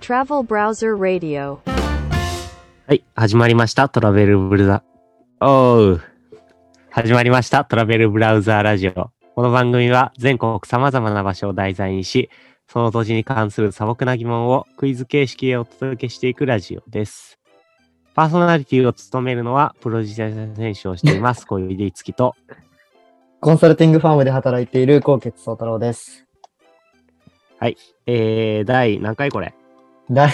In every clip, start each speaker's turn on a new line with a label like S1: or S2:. S1: Travel Browser Radio.
S2: はい、始まりました。トラベルブルザ、おう。始まりました。トラベルブラウザーラジオ。この番組は全国様々な場所を題材にし、その土地に関する素朴な疑問をクイズ形式でお届けしていくラジオです。パーソナリティを務めるのは、プロ自転車選手をしています、小出いつきと、
S3: コンサルティングファームで働いている高傑宗太郎です。
S2: えー、第何回これ
S3: 第、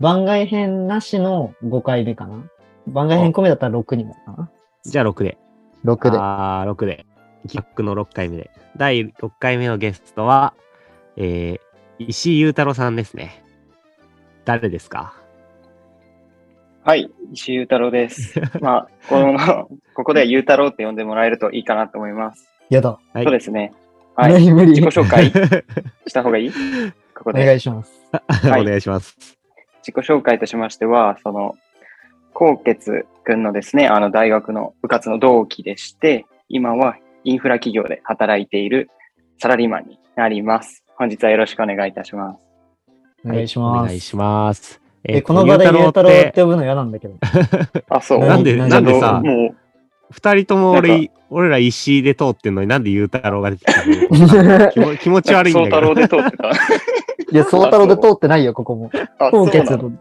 S3: 番外編なしの5回目かな番外編込みだったら6にもかな
S2: じゃあ6で。
S3: ?6 で。
S2: あー6で。キックの6回目で。第6回目のゲストは、えー、石井裕太郎さんですね。誰ですか
S4: はい、石井裕太 郎です。まあ、この、ここでは裕太郎って呼んでもらえるといいかなと思います。
S3: やだ。
S2: はい
S4: そうですね。はい。
S3: 無理無理
S4: 自己。紹介した方がいいここ
S3: お
S4: で。
S3: 願いします。
S4: はい
S2: お願いします。
S4: 自己紹介としましては、その、高傑くんのですね、あの、大学の部活の同期でして、今はインフラ企業で働いているサラリーマンになります。本日はよろしくお願いいたします。
S3: お願いし
S2: は
S3: ま
S2: お
S3: す。
S2: 願いします。え
S3: え、この場で
S2: 裕
S3: ゆう
S2: 太
S3: た
S2: 郎
S3: ろうっ
S2: って
S3: 呼ぶの嫌なんだけど。
S4: あ、そう。
S3: なんで
S4: ちょっと
S3: なんでさ
S4: も
S2: 二人とも
S4: なん
S2: 俺、俺ら石井で通ってんのになんで裕太郎が出てきたの 気も気持
S4: う、
S2: ち悪いん
S4: 宗
S2: だけ
S4: 太郎
S2: ど。
S4: で通ってた。
S3: いや、宗太郎で通ってないよ、ここも。
S4: あ、そ
S3: 高
S4: う
S3: 傑
S4: なの
S3: と。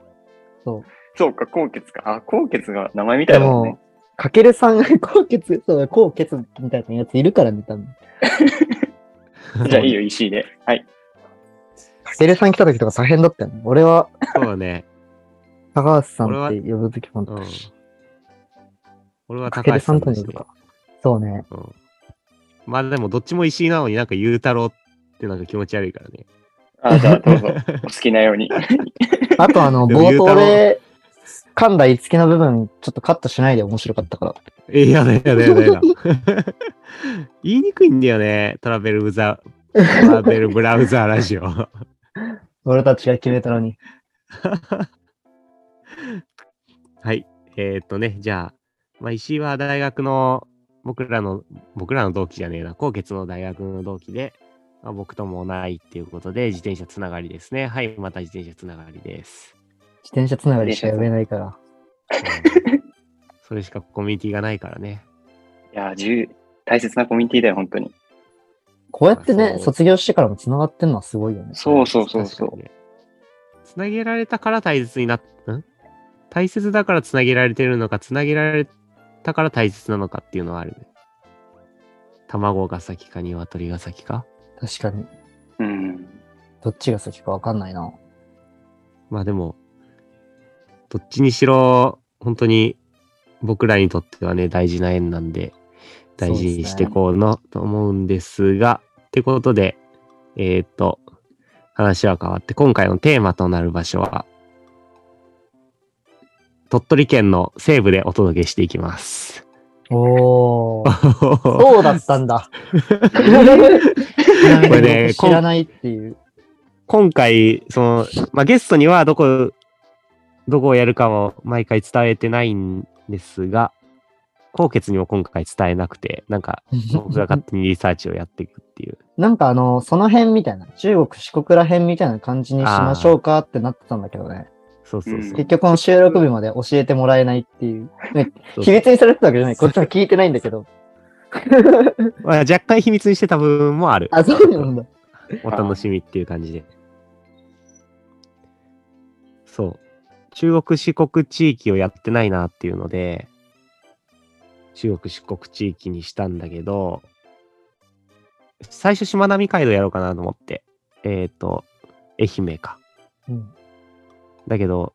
S3: そう。
S4: そうか、高傑か。あ、高傑が名前みた
S3: で
S4: いだもんね
S3: も。、かけるさんが高傑、そうだ、高傑みたいなやついるから見たの。
S4: じゃあいいよ、石井で。はい。
S3: かけるさん来た時とか大変だったよね。俺は、
S2: そうだね。
S3: 高橋さんって呼ぶ時もあった
S2: うん
S3: し。
S2: 俺は
S3: かけ
S2: 高
S3: る
S2: 橋
S3: さ
S2: さ
S3: ん
S2: ん
S3: と
S2: で
S3: 呼
S2: す
S3: ぶ
S2: ね
S3: か。。そう ね。
S2: うんまあでもどっちも石井なのになんか裕太郎ってなんか気持ち悪いからね。
S4: あ、じゃあどう ぞ。お好きなように。
S3: あとあの、
S2: でも
S3: 冒頭で噛んだいつきの部分、ちょっとカットしないで面白かったから。
S2: え、やだやだやだやだ。 言いにくいんだよね。トラベルブザ、トラベルブラウザーラジオ。
S3: 俺たちが決めたのに。
S2: はい。えーっとね、じゃあ、まあ、石井は大学の、僕らの、僕らの同期じゃねえな、高傑の大学の同期で、まあ、僕とも同いっていうことで、自転車つながりですね。はい、また自転車つながりです。
S3: 自転車つながりしか呼べないから。
S2: うんそれしかコミュニティがないからね。
S4: いや、自由、大切なコミュニティだよ、本当に。
S3: こうやって
S2: そ
S3: ね
S2: う、
S3: 卒業してからもつながってんのはすごいよね。
S4: そうそうそうそう
S2: 確かにねつなげられたから大切になった、ん大切だからつなげられてるのか、つなげられたから大切なのかっていうのはあるね。卵が先か鶏が先か。
S3: 確かに。
S4: うん。
S3: どっちが先かわかんないな。
S2: まあでも、どっちにしろ、本当に僕らにとってはね、大事な縁なんで、大事にしていこうなと思うんですが、ってことで、えーっと、話は変わって、今回のテーマとなる場所は、鳥取県の西部でお届けしていきます。
S3: お ー。そうだった んだ。ちなみ
S2: これ
S3: に
S2: ね
S3: 僕知らないっていう。
S2: 今回、その、まあ、ゲストにはどこ、どこをやるかも毎回伝えてないんですが、高血にも今回伝えなくて、なんか僕が勝手にリサーチをやっていくっていう。
S3: なんかあの、その辺みたいな、中国、四国ら辺みたいな感じにしましょうかってなってたんだけどね。
S2: そうそうそうう。
S4: ん
S3: 結局この収録日まで教えてもらえないっていう。
S2: そう
S3: 秘密にされてたわけじゃない。こっちは聞いてないんだけど。
S2: まあ、若干秘密にしてた部分もある。
S3: あ、そうなんだ。
S2: お楽しみっていう感じで。そう。中国四国地域をやってないなっていうので、中国四国地域にしたんだけど、最初しまなみ海道やろうかなと思って。えっ、ー、と、愛媛か。
S3: うん。
S2: だけど、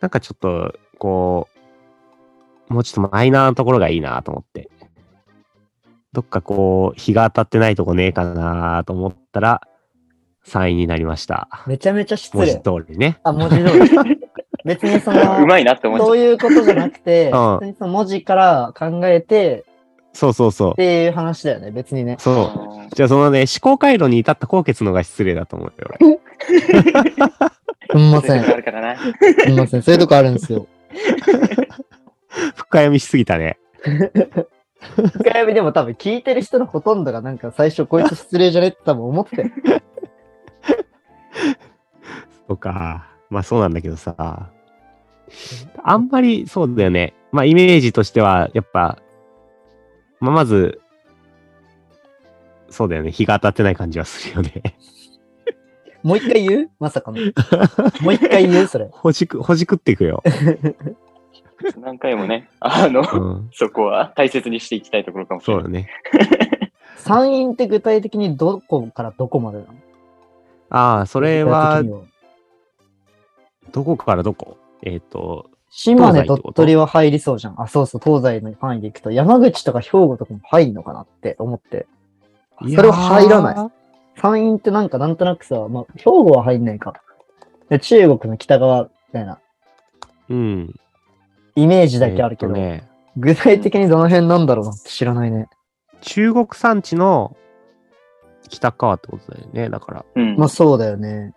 S2: なんかちょっと、こう、もうちょっとマイナーなところがいいなと思って。どっかこう、日が当たってないとこねえかなと思ったら、3位になりました。
S3: めちゃめちゃ失
S2: 文字
S3: 礼
S2: 通。りね。
S3: あ、文字通り。別にそ
S4: う
S3: の、
S4: まいなって思っちゃ
S3: そういうことじゃなくて、
S2: うん
S3: 普通にその文字から考えて
S2: そうそうそ
S3: っていう話だよね。別にね
S2: う。。そう。
S4: っ
S2: じゃあそのね、思考回路に至った高血の方が失礼だと思うよ、俺
S3: すん
S4: た。
S3: ません。
S4: あるからな。
S3: すんません。そういうとこあるんですよ。
S2: 深読みしすぎたね。
S3: 深読みでも多分聞いてる人のほとんどがなんか最初こいつ失礼じゃねって多分思ってたよ。
S2: そうか。まあそうなんだけどさ。あんまりそうだよね。まあイメージとしては、やっぱ、まあまず、そうだよね。日が当たってない感じはするよね。
S3: もう一回言うまさかの。もう一回言 うそれ。
S2: ほじく、ほじくっていくよ。
S4: 何回もね、あの、
S2: うん。
S4: そこは大切にしていきたいところかもしれ
S2: そ
S4: な
S2: う
S4: い。
S2: だね。
S3: 山陰って具体的にどこからどこまでなの
S2: ああ、そ
S3: こ
S2: れは、どこからどこえっ、と、
S3: 島根、
S2: 東西って
S3: 鳥
S2: こと
S3: 取は入りそうじゃん。あ、そうそう、東西の範囲で行くと、山口とか兵庫とかも入るのかなって思って。それは入らない
S2: やー
S3: 山陰ってなんかなんとなくさ、まあ、兵庫は入んないか。で中国の北側みたいな
S2: うん。
S3: イメージだけあるけど、
S2: えーとね、
S3: 具体的にどの辺なんだろうなって知らないね。
S2: 中国山地の北側ってことだよね。だから、
S4: うん
S3: まあそうだよね。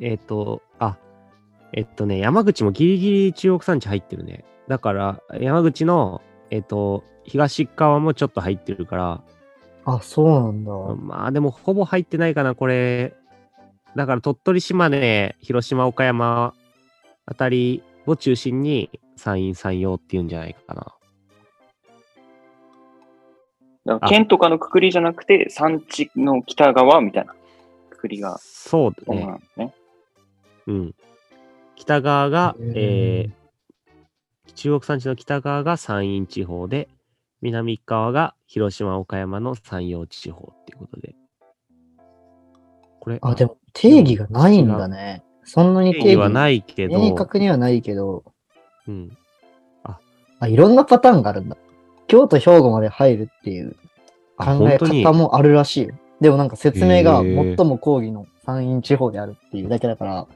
S2: えっ、と、あ、えっ、とね、山口もギリギリ中国山地入ってるね。だから、山口の、えっ、と、東側もちょっと入ってるから、
S3: あ、そうなんだ。
S2: まあでもほぼ入ってないかな、これ。だから鳥取、島根、広島、岡山あたりを中心に山陰山陽っていうんじゃないかな。
S4: だから県とかのくくりじゃなくて、山地の北側みたいなくくりが
S2: そうだ
S4: 主な
S2: ね。
S4: のね。
S2: うん。北側が、
S3: へー
S2: えー中国山地の北側が山陰地方で、南側が広島、岡山の山陽地方っていうことで。これ、
S3: あ、でも定義がないんだね。そんなに
S2: 定
S3: 定
S2: 義は
S3: 義
S2: ないけど、
S3: 明確にはないけど、
S2: うん、
S3: あ、いろんなパターンがあるんだ。京都、兵庫まで入るっていう
S2: あ
S3: 考
S2: 本
S3: え
S2: 当に
S3: 方もあるらしいよ。でもなんか説明が
S2: へー
S3: 最も抗議の山陰地方であるっていうだけだから、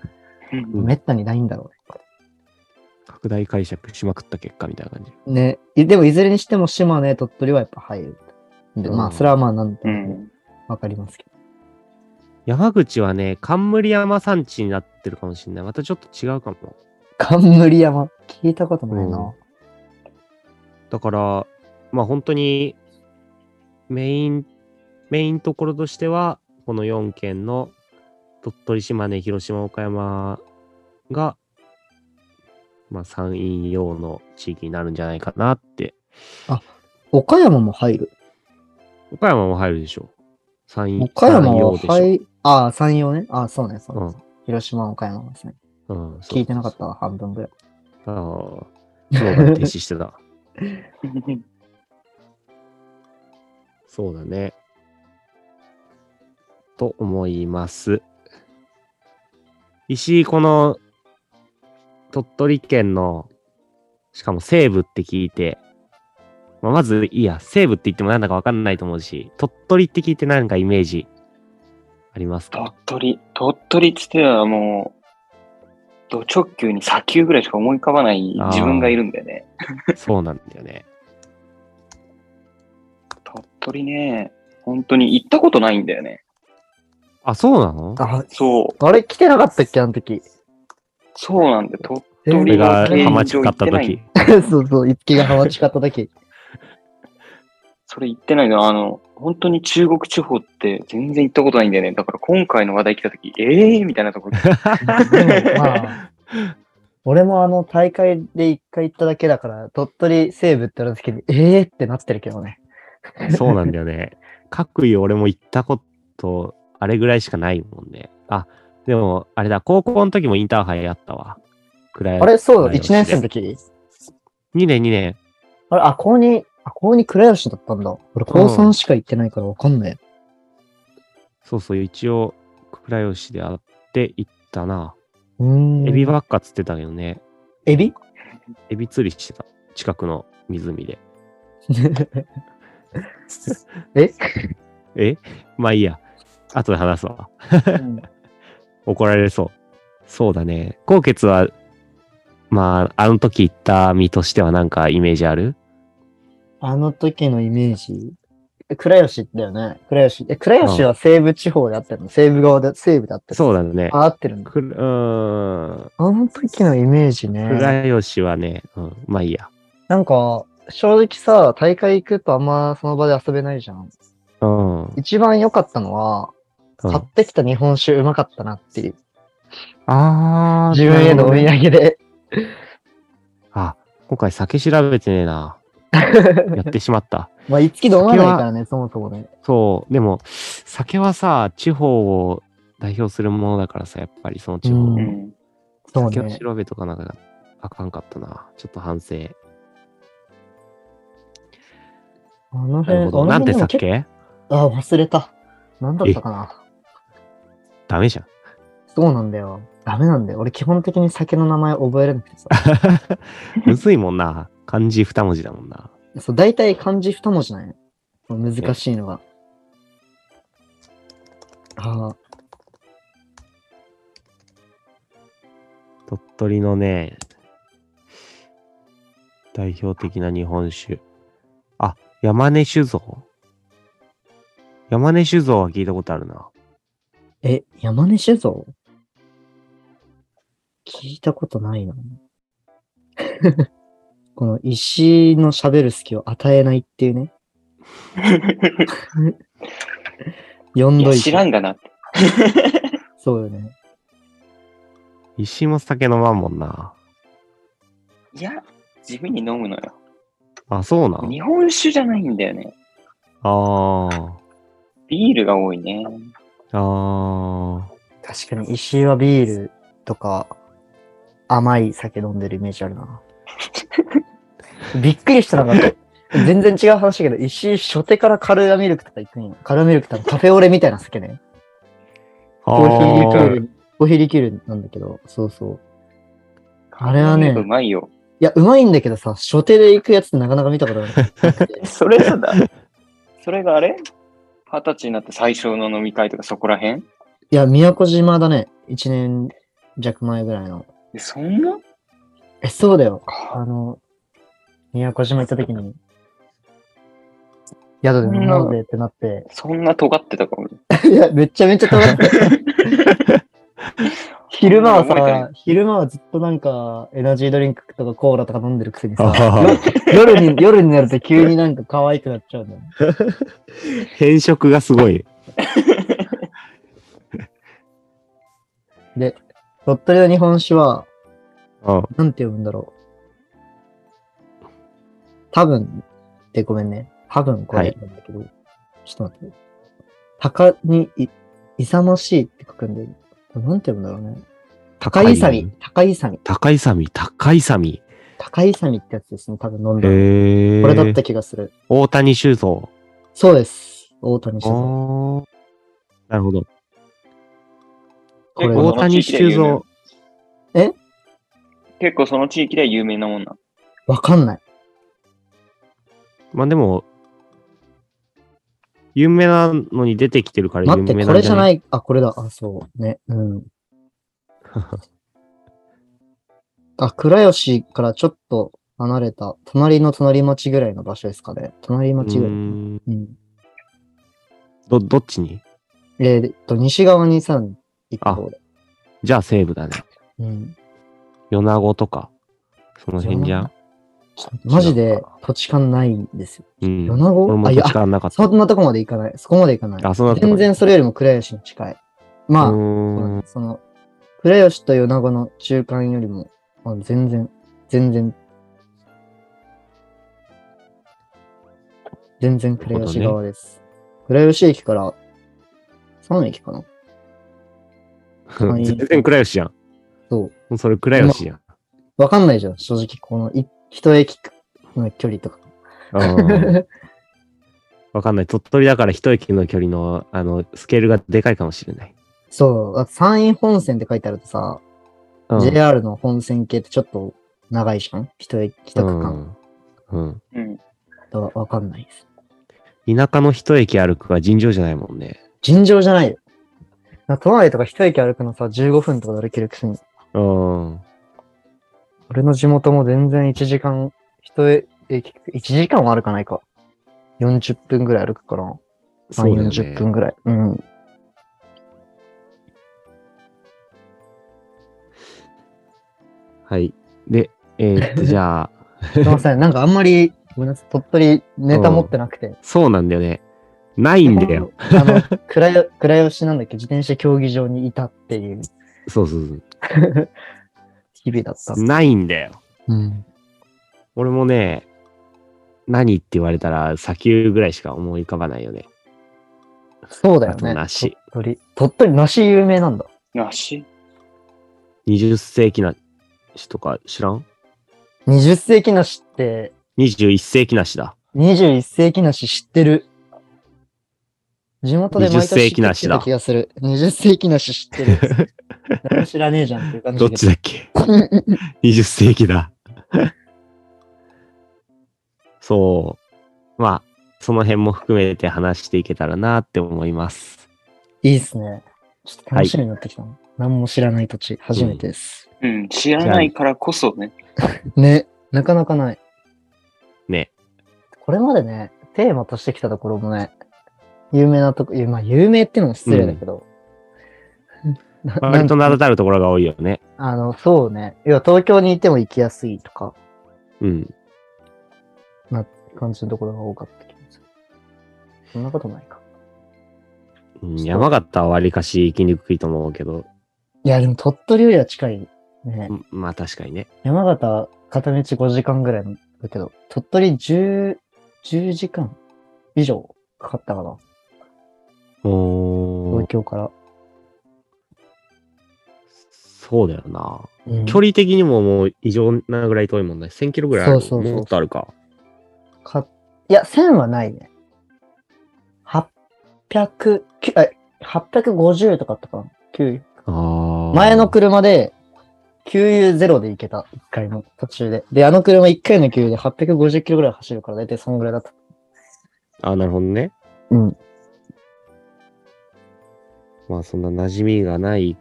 S4: うん
S2: ん
S3: めったにないんだろ
S2: 拡大解釈しまくった結果みたいな感じ。
S3: うね。ね。いでもいずれにしても島根、鳥取はやっぱ入る。で
S2: うん
S3: まあ、それはまあなんと
S4: う
S3: なく
S4: ん。
S3: わかりますけど。
S2: 山口はね、冠山山地になってるかもしれない。またちょっと違うかも。
S3: 冠山、聞いたことないな。
S2: うんだから、まあ本当にメイン、メインところとしては、この4県の鳥取、島根、広島、岡山が、まあ山陰用の地域になるんじゃないかなって。
S3: 岡山も入る。
S2: 岡山も入るでしょ。山陰。
S3: 岡山
S2: 山陽
S3: は
S2: でしょ。
S3: 入る。ああ、山陽ね。ああ、そうね、そう
S2: う
S3: ね。
S2: ん。
S3: 広島、岡山ですね。
S2: うん、そう
S3: 聞いてなかったわ、半分ぐらい。
S2: ああ、そうだ、停止してた。そうだね。と思います。石井、この鳥取県の、しかも西部って聞いて、まあ、まずいいや、西部って言ってもなんだかわかんないと思うし、鳥取って聞いてなんかイメージあります
S4: 鳥
S2: か
S4: 取、鳥取っつってはもう、ド直球に砂丘ぐらいしか思い浮かばない自分がいるんだよね。
S2: そうなんだよね。
S4: 鳥取ね、本当に行ったことないんだよね。
S2: あ、そうなの
S3: あ、
S4: そう、
S3: あれ来てなかったっけ、あの時。
S4: そうなんだよ。鳥
S3: 全
S2: こ
S4: 鳥
S2: れ
S3: 然
S2: が
S4: 鳥
S2: ハマチ買った時。
S3: そうそう、一気がハマチ方だけ。
S4: それ行ってないの。あの、本当に中国地方って全然行ったことないんだよね。だから今回の話題来た時、ええー、みたいな ところ。
S3: でもまあ、俺もあの大会で一回行っただけだから、鳥取西部って言われた時に、ええー、ってなってるけどね。
S2: そうなんだよね。各位俺も行ったこと、あれぐらいしかないもんね。あ、でも、あれだ、高校の時もインターハイあったわ。くらい。
S3: あれ、そうだ、
S2: 倉吉
S3: 1年生の時
S2: ?2 年、2年。
S3: あれ、あ、高2、あ、高2倉吉だったんだ。俺、高3しか行ってないからわかんない。
S2: そうそう、一応、倉吉であって行ったな。
S3: うーん。
S2: エビばっか釣ってたけどね。
S3: エビ
S2: エビ釣りしてた。近くの湖で。
S3: え、
S2: え まあいいや。後で話すわ。
S3: うん
S2: 怒られそう。そうだね。高血は、まあ、あの時行った身としてはなんかイメージある
S3: あの時のイメージえ倉吉だよね。倉吉。え、倉吉は西部地方であってるの西部側で、西部であってる
S2: そうだね。
S3: あ、合ってるんだ。
S2: くるうーん。
S3: あの時のイメージね。
S2: 倉吉はね、うん、まあいいや。
S3: なんか、正直さ、大会行くとあんまその場で遊べないじゃん。
S2: うん。うん
S3: 一番良かったのは、買ってきた日本酒うまかったなっていう。
S2: あー
S3: 自分へのお土
S2: なるほどね
S3: 産で。
S2: あ、今回酒調べてねえ な。やってしまった。
S3: まあ、一気飲まないからね、そもそもね。
S2: そう、でも、酒はさ、地方を代表するものだからさ、やっぱりその地方。
S3: うん
S4: うん。
S3: そう
S2: 酒を
S3: ね。
S2: 調べとかなんかあかんかったな。ちょっと反省。
S3: あの
S2: なる
S3: 辺、
S2: ほ
S3: あ
S2: ど。
S3: の
S2: なん
S3: 辺
S2: て
S3: でも結
S2: 酒
S3: 構あ、忘れた。なんだったかな。
S2: ダメじゃん。
S3: そうなんだよ。ダメなんだよ。俺、基本的に酒の名前覚えれな くてさ。
S2: むずいもんな。漢字二文字だもんな。
S3: そう、大体漢字二文字なんや。そう難しいのが。ああ、
S2: 鳥取のね、代表的な日本酒。あ、山根酒造山根酒造は聞いたことあるな。
S3: え、山根酒造聞いたことない な。この石の喋る隙を与えないっていう ね。呼ん
S4: い
S3: ど
S4: や
S3: い
S4: 知
S3: て
S4: らんがなって。
S3: そうよね。
S2: 石も酒飲まんもんな。
S4: いや、地味に飲むのよ。
S2: あ、そうなの
S4: 日本酒じゃないんだよね。
S2: あー。
S4: ビールが多いね。
S2: あー。
S3: 確かに石はビールとか甘い酒飲んでるイメージあるな。びっくりしたのが、全然違う話だけど、石井初手からカルーアミルクとか行くんよ。カルーアミルクってあのカフェオレみたいな酒ね。
S2: コ
S3: コーヒーリキュール、コーヒーリキュールなんだけど、そうそう。あれはね
S4: うまいよ。
S3: いや、うまいんだけどさ、初手で行くやつってなかなか見たことない。
S4: え それさだ。それがあれ二十歳になって最初の飲み会とかそこらへん
S3: いや、宮古島だね。1年弱前ぐらいの。
S4: えそんな
S3: え、そうだよ。あの、宮古島行った時に、宿で飲もうぜってなって、
S4: そんな尖ってたかも。
S3: いや、めちゃめちゃ尖ってた。 昼間は
S4: 覚えてな
S3: さ、昼間はずっとなんか、エナジードリンクとかコーラとか飲んでるくせにさ、
S2: あ
S3: 夜に、夜になると急になんか可愛くなっちゃうんだよね。
S2: ー変色がすごい。
S3: で、鳥取の日本酒は、
S2: うん。
S3: なんて読むんだろう。多分、で、ごめんね。多分これなんだけど、ちょっと待って。鷹にい、勇ましいって書くんで、なんて読むんだろうね。高いさみ、高いさみ、
S2: 高いさみ、高いさみ。
S3: 高いさみってやつですね。多分飲んだの。
S2: へえ。
S3: これだった気がする。
S2: 大谷酒造。
S3: そうです。大谷
S2: あ
S3: 翔さん。
S2: ーなるほど。
S3: これ
S4: 結
S2: 大
S4: 構その地
S2: 谷
S4: 域で
S2: 酒
S4: 有名
S2: 造。。
S4: 結構その地域では有名なもんな。
S3: わかんない。
S2: まあでも、有名なのに出てきてるから有
S3: 待
S2: 名なん
S3: って、これじゃないい。あ、これだ。あ、そう。ね。 うん。あ、倉吉からちょっと離れた、隣の隣町ぐらいの場所ですかね。隣町ぐらい。
S2: うー
S3: うんん。
S2: ど、どっちに
S3: えーっと、西側にさ、一
S2: あ
S3: 方で。
S2: じゃあ西部だね。
S3: うん。
S2: 米子とか、その辺じゃん。
S3: ちょっと待ってマジで土地勘ないんですよ。
S2: うん。
S3: 米子
S2: 俺も
S3: あいや
S2: 時間なかった。
S3: そんなとこまで行かない。そこまで行かない。
S2: あ、そうなった
S3: 全然それよりも倉吉に近い。まあ、
S2: うー
S3: そうなん
S2: ん。
S3: ですその、倉吉と米子の中間よりも、まあ、全然、全然、全然倉吉側です。倉吉駅から3駅かなはい
S2: 全然倉吉じゃん。
S3: そう。
S2: もうそれ倉吉じゃん。
S3: わかんないじゃん、正直。このい一駅の距離とか。
S2: うんわかんない。鳥取だから一駅の距離の、あの、スケールがでかいかもしれない。
S3: そう、あ山陰本線って書いてあるとさ、
S2: うん
S3: JR の本線系ってちょっと長いじゃん一駅、一区間。
S2: うん。うん
S4: うん。
S3: だからわかんないです。
S2: 田舎の一駅歩くは尋常じゃないもんね。
S3: 尋常じゃないよ。な都内とか一駅歩くのさ、15分とかで歩けるくせに。
S2: うん。
S3: 俺の地元も全然1時間、一駅、1時間は歩かないか。40分ぐらい歩くから。まあ
S2: そうだよ
S3: 40分
S2: ね。
S3: ぐらい。うん。
S2: はい。で、えーっ と、じゃあ、
S3: すいません。なんかあんまり、ごめんなさい。鳥取ネタ持ってなくて。
S2: そうなんだよね。ないんだよ。
S3: あの、倉よ倉吉なんだっけ、自転車競技場にいたっていう。
S2: そうそう
S3: 日々だった
S2: そ。う。ないんだよ。
S3: うん。
S2: 俺もね、何って言われたら、砂丘ぐらいしか思い浮かばないよね。
S3: そうだよ
S2: あと
S3: ね。
S2: 梨
S3: 鳥取。鳥取、梨有名なんだ。
S4: 梨
S2: 20世紀なしとか知らん
S3: 20世紀梨って、
S2: ?21 世紀なし だ。
S3: 21世紀梨知ってる。地元で毎年
S2: 20世
S3: 知
S2: 紀梨
S3: って
S2: だ
S3: た気がする。20世紀梨知ってる。 何も知らねえじゃんっていう感じ
S2: どっちだっけ ?20 世紀だ。 そう。まあ、その辺も含めて話していけたらなって思います。
S3: いいっすね。ちょっと楽しみになってきたの。何も知らない土地、初めてです。
S4: うん、知らないからこそね。
S3: ね、なかなかない。
S2: ね。
S3: これまでね、テーマとしてきたところもね、有名なとこ、まあ有名っていうのも失礼だけど。 な
S2: 割と名
S3: な
S2: だ
S3: ん
S2: たるところが多いよね。
S3: あの、そうね。要は東京にいても行きやすいとか、
S2: うん。
S3: 感じのところが多かった気がする。そんなことないか。
S2: うん山形はわりかし行きにくいと思うけど、
S3: いや、でも鳥取よりは近いね。
S2: うんまあ確かにね。
S3: 山形は片道5時間ぐらいだけど、鳥取10、10時間以上かかったかな。
S2: お
S3: 東
S2: ー
S3: 京から。
S2: そうだよな。
S3: うん
S2: 距離的にももう異常なぐらい遠いもんね。1000キロぐらいある
S3: そうそうそう
S2: もっとあるか。
S3: かいや、1000はないね。800、きえ、850とかあったかな。給
S2: ああ。
S3: 前の車で、給油ゼロで行けた。一回の途中で。で、あの車一回の給油で850キロぐらい走るから、だいたいそんぐらいだった。
S2: あ、なるほどね。
S3: うん。
S2: まあそんな馴染みがない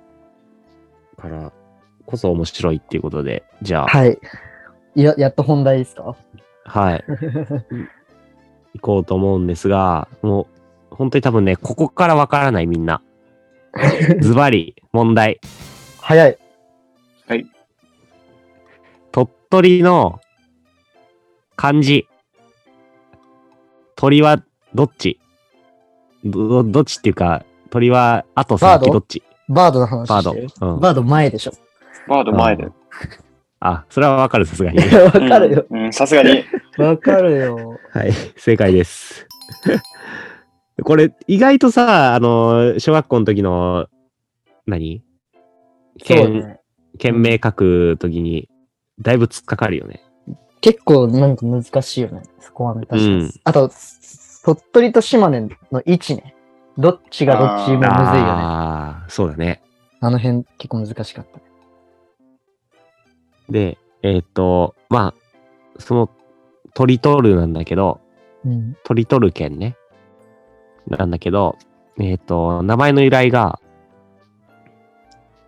S2: からこそ面白いっていうことで、じゃあ、
S3: はい。いや、やっと本題ですか
S2: はい、行こうと思うんですが、もう本当に多分ね、ここからわからないみんな。ズバリ、問題。
S3: 早い。
S2: 鳥取の漢字。鳥はどっちどどっちっていうか、鳥は後
S3: バー
S2: 先
S3: ド
S2: どっち
S3: バードの話
S2: バ
S3: してる
S2: ー。ド。うん
S3: バード前でしょ。
S4: ワード前だ
S2: うん
S4: よ。
S2: あ、それ はわかる、さすがに。
S3: わかるよ。
S4: うん。うんさすがに。
S3: わかるよ。
S2: はい、正解です。 これ、意外とさ、あの、小学校の時の、何
S3: そう
S2: 県、
S3: ね。
S2: 県名書く時に、だいぶ突っかかるよね。
S3: 結構なんか難しいよね。そこはね、確かに。
S2: うん
S3: あと、鳥取と島根の位置ね。どっちがどっちもむずいよね。あ
S2: ああ、そうだね。
S3: の辺結構難しかった。
S2: で、えーっと、まあ、その、トリトルなんだけど、
S3: うん。
S2: トリトル県ね。なんだけど、えーっと、名前の由来が、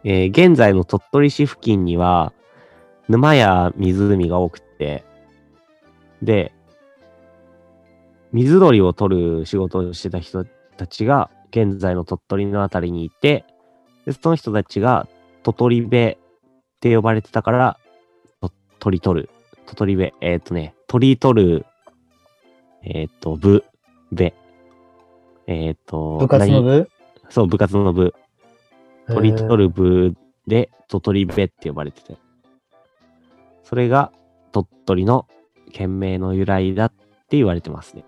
S2: えー現在の鳥取市付近には、沼や湖が多くて、で、水鳥を取る仕事をしてた人たちが、現在の鳥取のあたりにいて、でその人たちが、鳥取部って呼ばれてたから、と鳥取る、鳥取部、えーっ、とね、鳥取る、えーっ、と、部、部、えーっ、と、
S3: 部活の
S2: 何
S3: 部
S2: そう、部活の部。鳥取る部で、鳥取部って呼ばれてて。それが、鳥取の県名の由来だって言われてますね。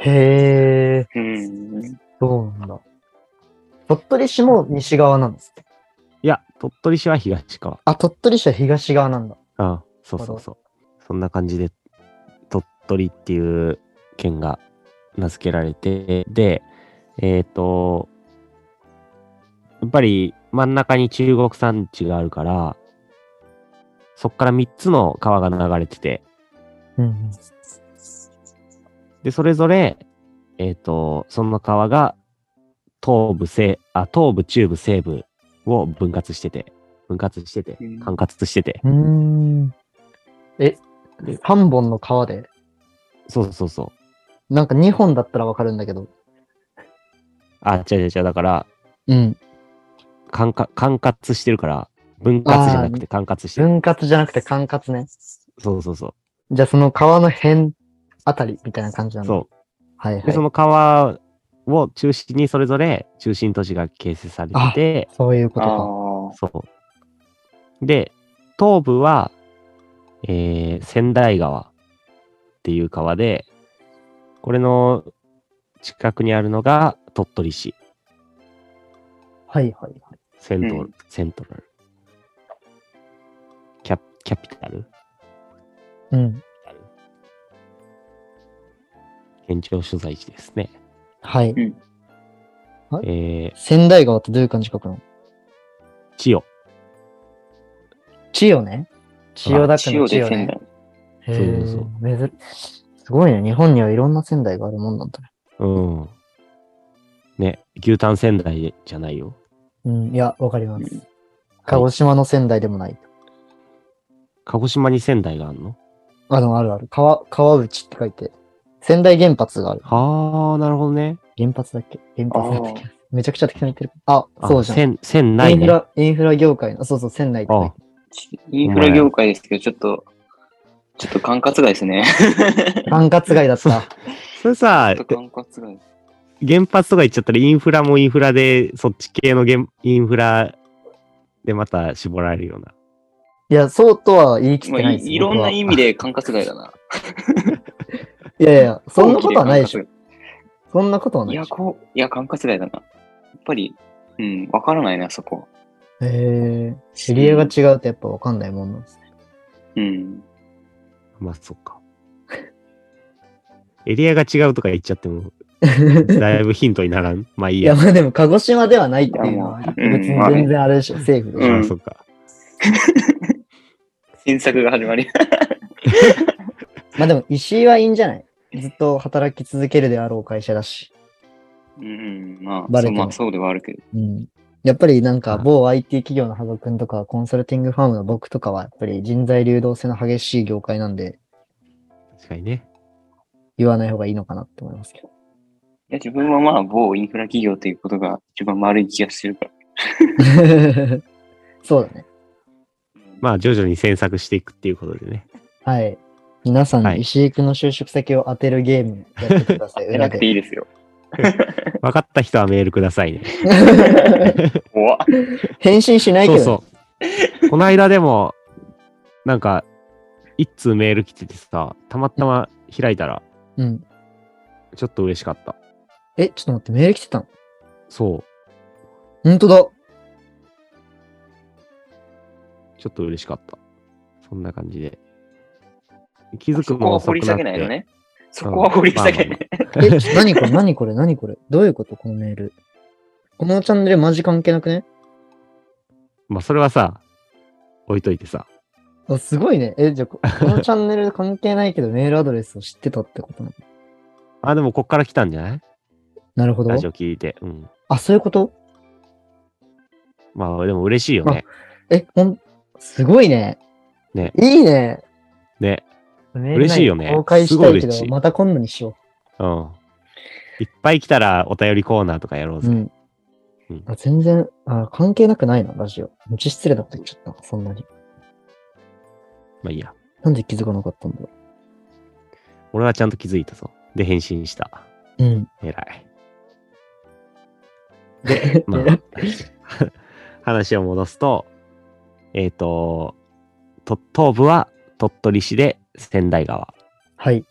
S3: へえ、
S4: うん。
S3: そうなんだ。鳥取市も西側なんです。
S2: いや、鳥取市は東川。
S3: あ、鳥取市は東側なんだ。
S2: うん、そうそうそう。そんな感じで、鳥取っていう県が名付けられて、で、えっ、と、やっぱり真ん中に中国山地があるから、そっから3つの川が流れてて、
S3: うん。
S2: で、それぞれ、えっ、と、その川が、東部、西、あ、東部、中部、西部を分割してて、分割してて
S4: うん、
S2: 管轄してて、
S3: うーん。え
S2: で、
S3: 3本の川で、
S2: そうそうそう。
S3: なんか2本だったらわかるんだけど。
S2: あ、違う違う違う、だから、
S3: うん。
S2: 管轄管轄してるから、分割じゃなくて管轄してる。
S3: 分割じゃなくて管轄ね。
S2: そうそうそ
S3: じゃあその川の辺あたりみたいな感じな
S2: う。
S3: の
S2: そ。
S3: はいう
S2: で、
S3: はい。
S2: その川を中心にそれぞれ中心都市が形成されてて、
S3: そういうこ
S4: あ
S3: と
S4: あ
S3: か。
S4: ー。ああ、
S2: そう。で、東部は、えー、仙台川っていう川で、これの近くにあるのが鳥取市、
S3: はいはいはい。
S2: セントル、
S4: うん
S2: セントラル。キャ、キャピタル
S3: うん。
S2: 県庁所在地ですね。
S3: はい。
S2: えー、
S3: 仙台川ってどういう感じ書くの
S2: 千代。
S3: 千代ね。千代田区
S4: 塩
S3: の
S4: で
S3: 千代
S4: 仙
S3: ね。
S4: 台。
S3: へ
S2: そう
S3: ー
S2: そう
S3: 珍すごいね。日本にはいろんな仙台があるもんなんだね。
S2: うん。ね、牛タン仙台じゃないよ。
S3: うん。いや、わかりま
S4: う
S3: す。鹿児島の仙台でもない。
S2: 鹿児島に仙台があるの
S3: あの、あるある。川、川内って書いて。仙台原発がある。
S2: はあ、なるほどね。
S3: 原発だっけ原
S4: あ
S3: 発だっけ
S4: あ、
S3: めちゃくちゃ適当に言ってる。あ、
S2: あ
S3: そうじゃん。
S2: 仙、仙
S3: イ
S2: 内
S3: ンフ
S2: ね。
S3: ラ、インフラ業界の、そうそう、仙台って書いて
S2: あ
S3: あ
S4: インフラ業界ですけど、ちょっと、ちょっと管轄外ですね。
S3: る。管轄外 だった。
S2: それさ
S4: ちょっ、と管轄外。
S2: 原発とか言っちゃったらインフラもインフラで、そっち系の原インフラでまた絞られるような。
S3: いや、そうとは言い切っ
S4: まあ
S3: てない
S4: い
S3: です。
S4: いろんな
S3: 僕は
S4: 意味で管轄外だな。
S3: いやいや、そんなことはないでしょ。そんなことはないいで
S4: や、
S3: しょ。
S4: こう、いや、管轄外だな。やっぱり、うん、わからないな、そこ。
S3: へえ。知り合いが違うとやっぱわかんないもんなんですね。
S4: うん。
S2: まあ、そっか。 エリアが違うとか言っちゃっても、だいぶヒントにならん。まあいい
S3: い
S2: や。
S3: や、まあでも、鹿児島ではないっていうのは、
S4: いやも
S3: 別
S4: ううん
S3: に全然あれでしょ、政府でしょ。
S4: うん
S2: そっか。
S4: 新作が始まり。
S3: まあでも、石井はいいんじゃないずっと働き続けるであろう会社だし。
S4: うん、まあ、
S3: バレて
S4: そう
S3: る
S4: まあ、そうではあるけど。
S3: うん。やっぱりなんか、
S2: はい
S3: 某 IT 企業の羽賀くんとか、コンサルティングファームの僕とかは、やっぱり人材流動性の激しい業界なんで、
S2: 確かにね。
S3: 言わない方がいいのかなって思いますけど。
S4: いや、自分はまあ、某インフラ企業ということが一番丸い気がしてるから。
S3: そうだね。
S2: まあ徐々に詮索していくっていうことでね。
S3: はい。皆さん
S2: は
S3: に
S2: い
S3: 石井くんの就職先を当てるゲームやってくだ さい。
S4: やら
S3: 裏
S4: なくて
S3: で。
S4: いいですよ。
S2: 分かった人はメールくださいね。
S4: 怖っ。
S3: 返信しないけ
S2: そう
S3: ど。
S2: そう。この間でも、なんか、一通メール来ててさ、たまたま開いたら、
S3: うん。
S2: ちょっと嬉しかった。
S3: え、ちょっと待って、メール来てたの
S2: そう。
S3: ほんとだ。
S2: ちょっと嬉しかった。そんな感じで。気づく
S4: そこ
S2: の
S4: は
S2: 遅
S4: 掘
S2: く
S4: り
S2: な
S4: 下
S2: って
S4: げないのね。そこは掘り下げない。
S3: え、ちょ何これ 何これ何これどういうことこのメール。このチャンネルマジ関係なくね
S2: まあ、それはさ、置いといてさ。
S3: あ、すごいね。え、じゃあ、ここのチャンネル関係ないけどメールアドレスを知ってたってことなの
S2: あ、でもこっから来たんじゃない
S3: なるほど
S2: ラ。ジオ聞いて。うん。
S3: あ、そういうこと
S2: まあ、でも嬉しいよね。
S3: え、ほん、すごいね。
S2: ね
S3: いいね。
S2: ね。
S3: メールない
S2: 嬉しいよね
S3: 公開したいけ
S2: すごい嬉し
S3: ど、
S2: い
S3: また今度にしよ
S2: うん。いっぱい来たらお便りコーナーとかやろう
S3: う。う
S2: ぜ。
S3: ん
S2: うん。
S3: あ全然あ、関係なくないな、ラジオ。めっちゃ失礼なこと言っちゃった、そんなに。
S2: まあいいや。
S3: なんで気づかなかったんだろ
S2: 俺はちゃんと気づいたぞ。で、返信した。
S3: う。うん。
S2: 偉い。
S3: で
S2: まあ、 話を戻すと、えっ、とと、東部は鳥取市で仙台川。
S3: はい。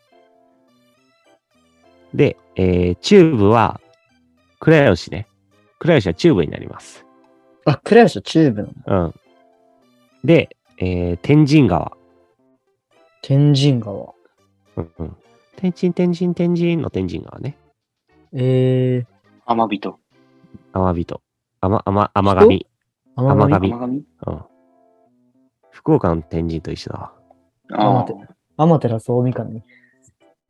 S2: で、えー中部は倉吉ね。倉吉は中部になります。
S3: あ、倉吉はチューブなの。
S2: うん。で、えー天神川。
S3: 天神川。
S2: うんうん。天神、天神、天神の天神川ね。
S3: えー、
S4: 甘びと。
S2: 天人。天、天、天神。
S3: 天神
S2: 天神
S4: 甘神
S2: うん。福岡の天神と一緒だわ。
S4: ああ
S3: 待。天照大神神。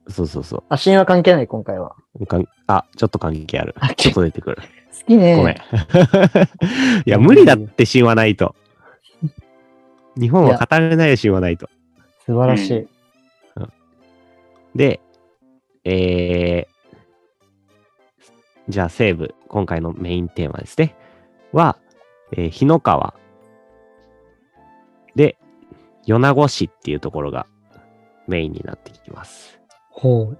S2: そうそうそ
S3: あ、神話関係ない、今回は。
S2: う。かんあ、ちょっと関係ある
S3: あ。
S2: ちょっと出てくる。
S3: 好きね。
S2: ごめん。い や、無理だって神話ないと。日本は語れないよ、神話ないと。
S3: 素晴らしい。
S2: で、えー、じゃあ西部、今回のメインテーマですね。は、えー、日野川。で、米子市っていうところがメインになってきます。
S3: ほう。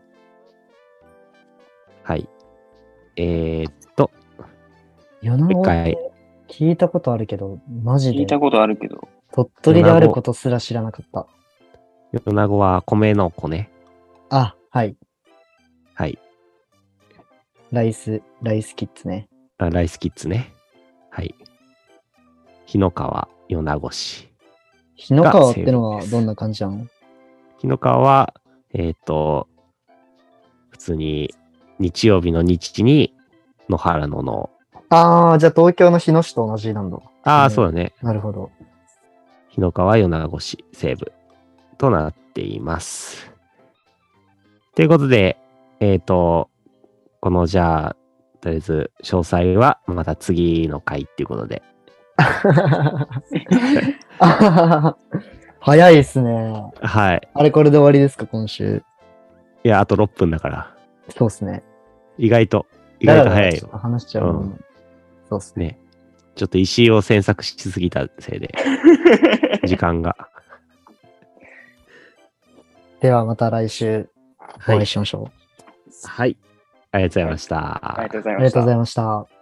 S2: はい。えー、っと、
S3: 米
S2: 一
S3: 子っ
S2: 回
S3: て聞聞いたことあるけど、マジ
S4: 聞い
S3: で
S4: た。ことあるけ ど、
S3: 鳥取であることすら知らなかった。
S2: 米子は米の子ね。
S3: あ、はい。
S2: はい。
S3: ライス、ライスキッズね。
S2: あライスキッズね。はい。日の川、米子市。
S3: 日の川ってのはどんな感じなの
S2: 日の川は、えっ、と、普通に日曜日の日に野原のの。
S3: ああ、じゃあ東京の日野市と同じなんだ。
S2: ああ、
S3: うん
S2: そうだね。
S3: なるほ ど。
S2: 日の川、米子市、西部となっています。ということで、えっ、と、このじゃあ、とりあえず詳細はまた次の回っていうことで。
S3: 早いですね。
S2: はい。
S3: あれこれで終わりですか、今週。
S2: いや、あと6分だから。
S3: そうですね。
S2: 意外と、意外と早い
S3: だらだらちょ
S2: よ。
S3: っと話しちゃうもん、
S2: うん
S3: そうですね。
S2: ね。ちょっと石井を詮索しすぎたせいで、時間が。
S3: ではまた来週お
S2: は
S3: 会い
S2: い。
S3: しましょう。
S2: はい。ありがとうございました。
S4: ありがとうござい
S3: あり
S4: ま
S3: が
S4: し
S3: とう
S4: た
S3: ござ。いました。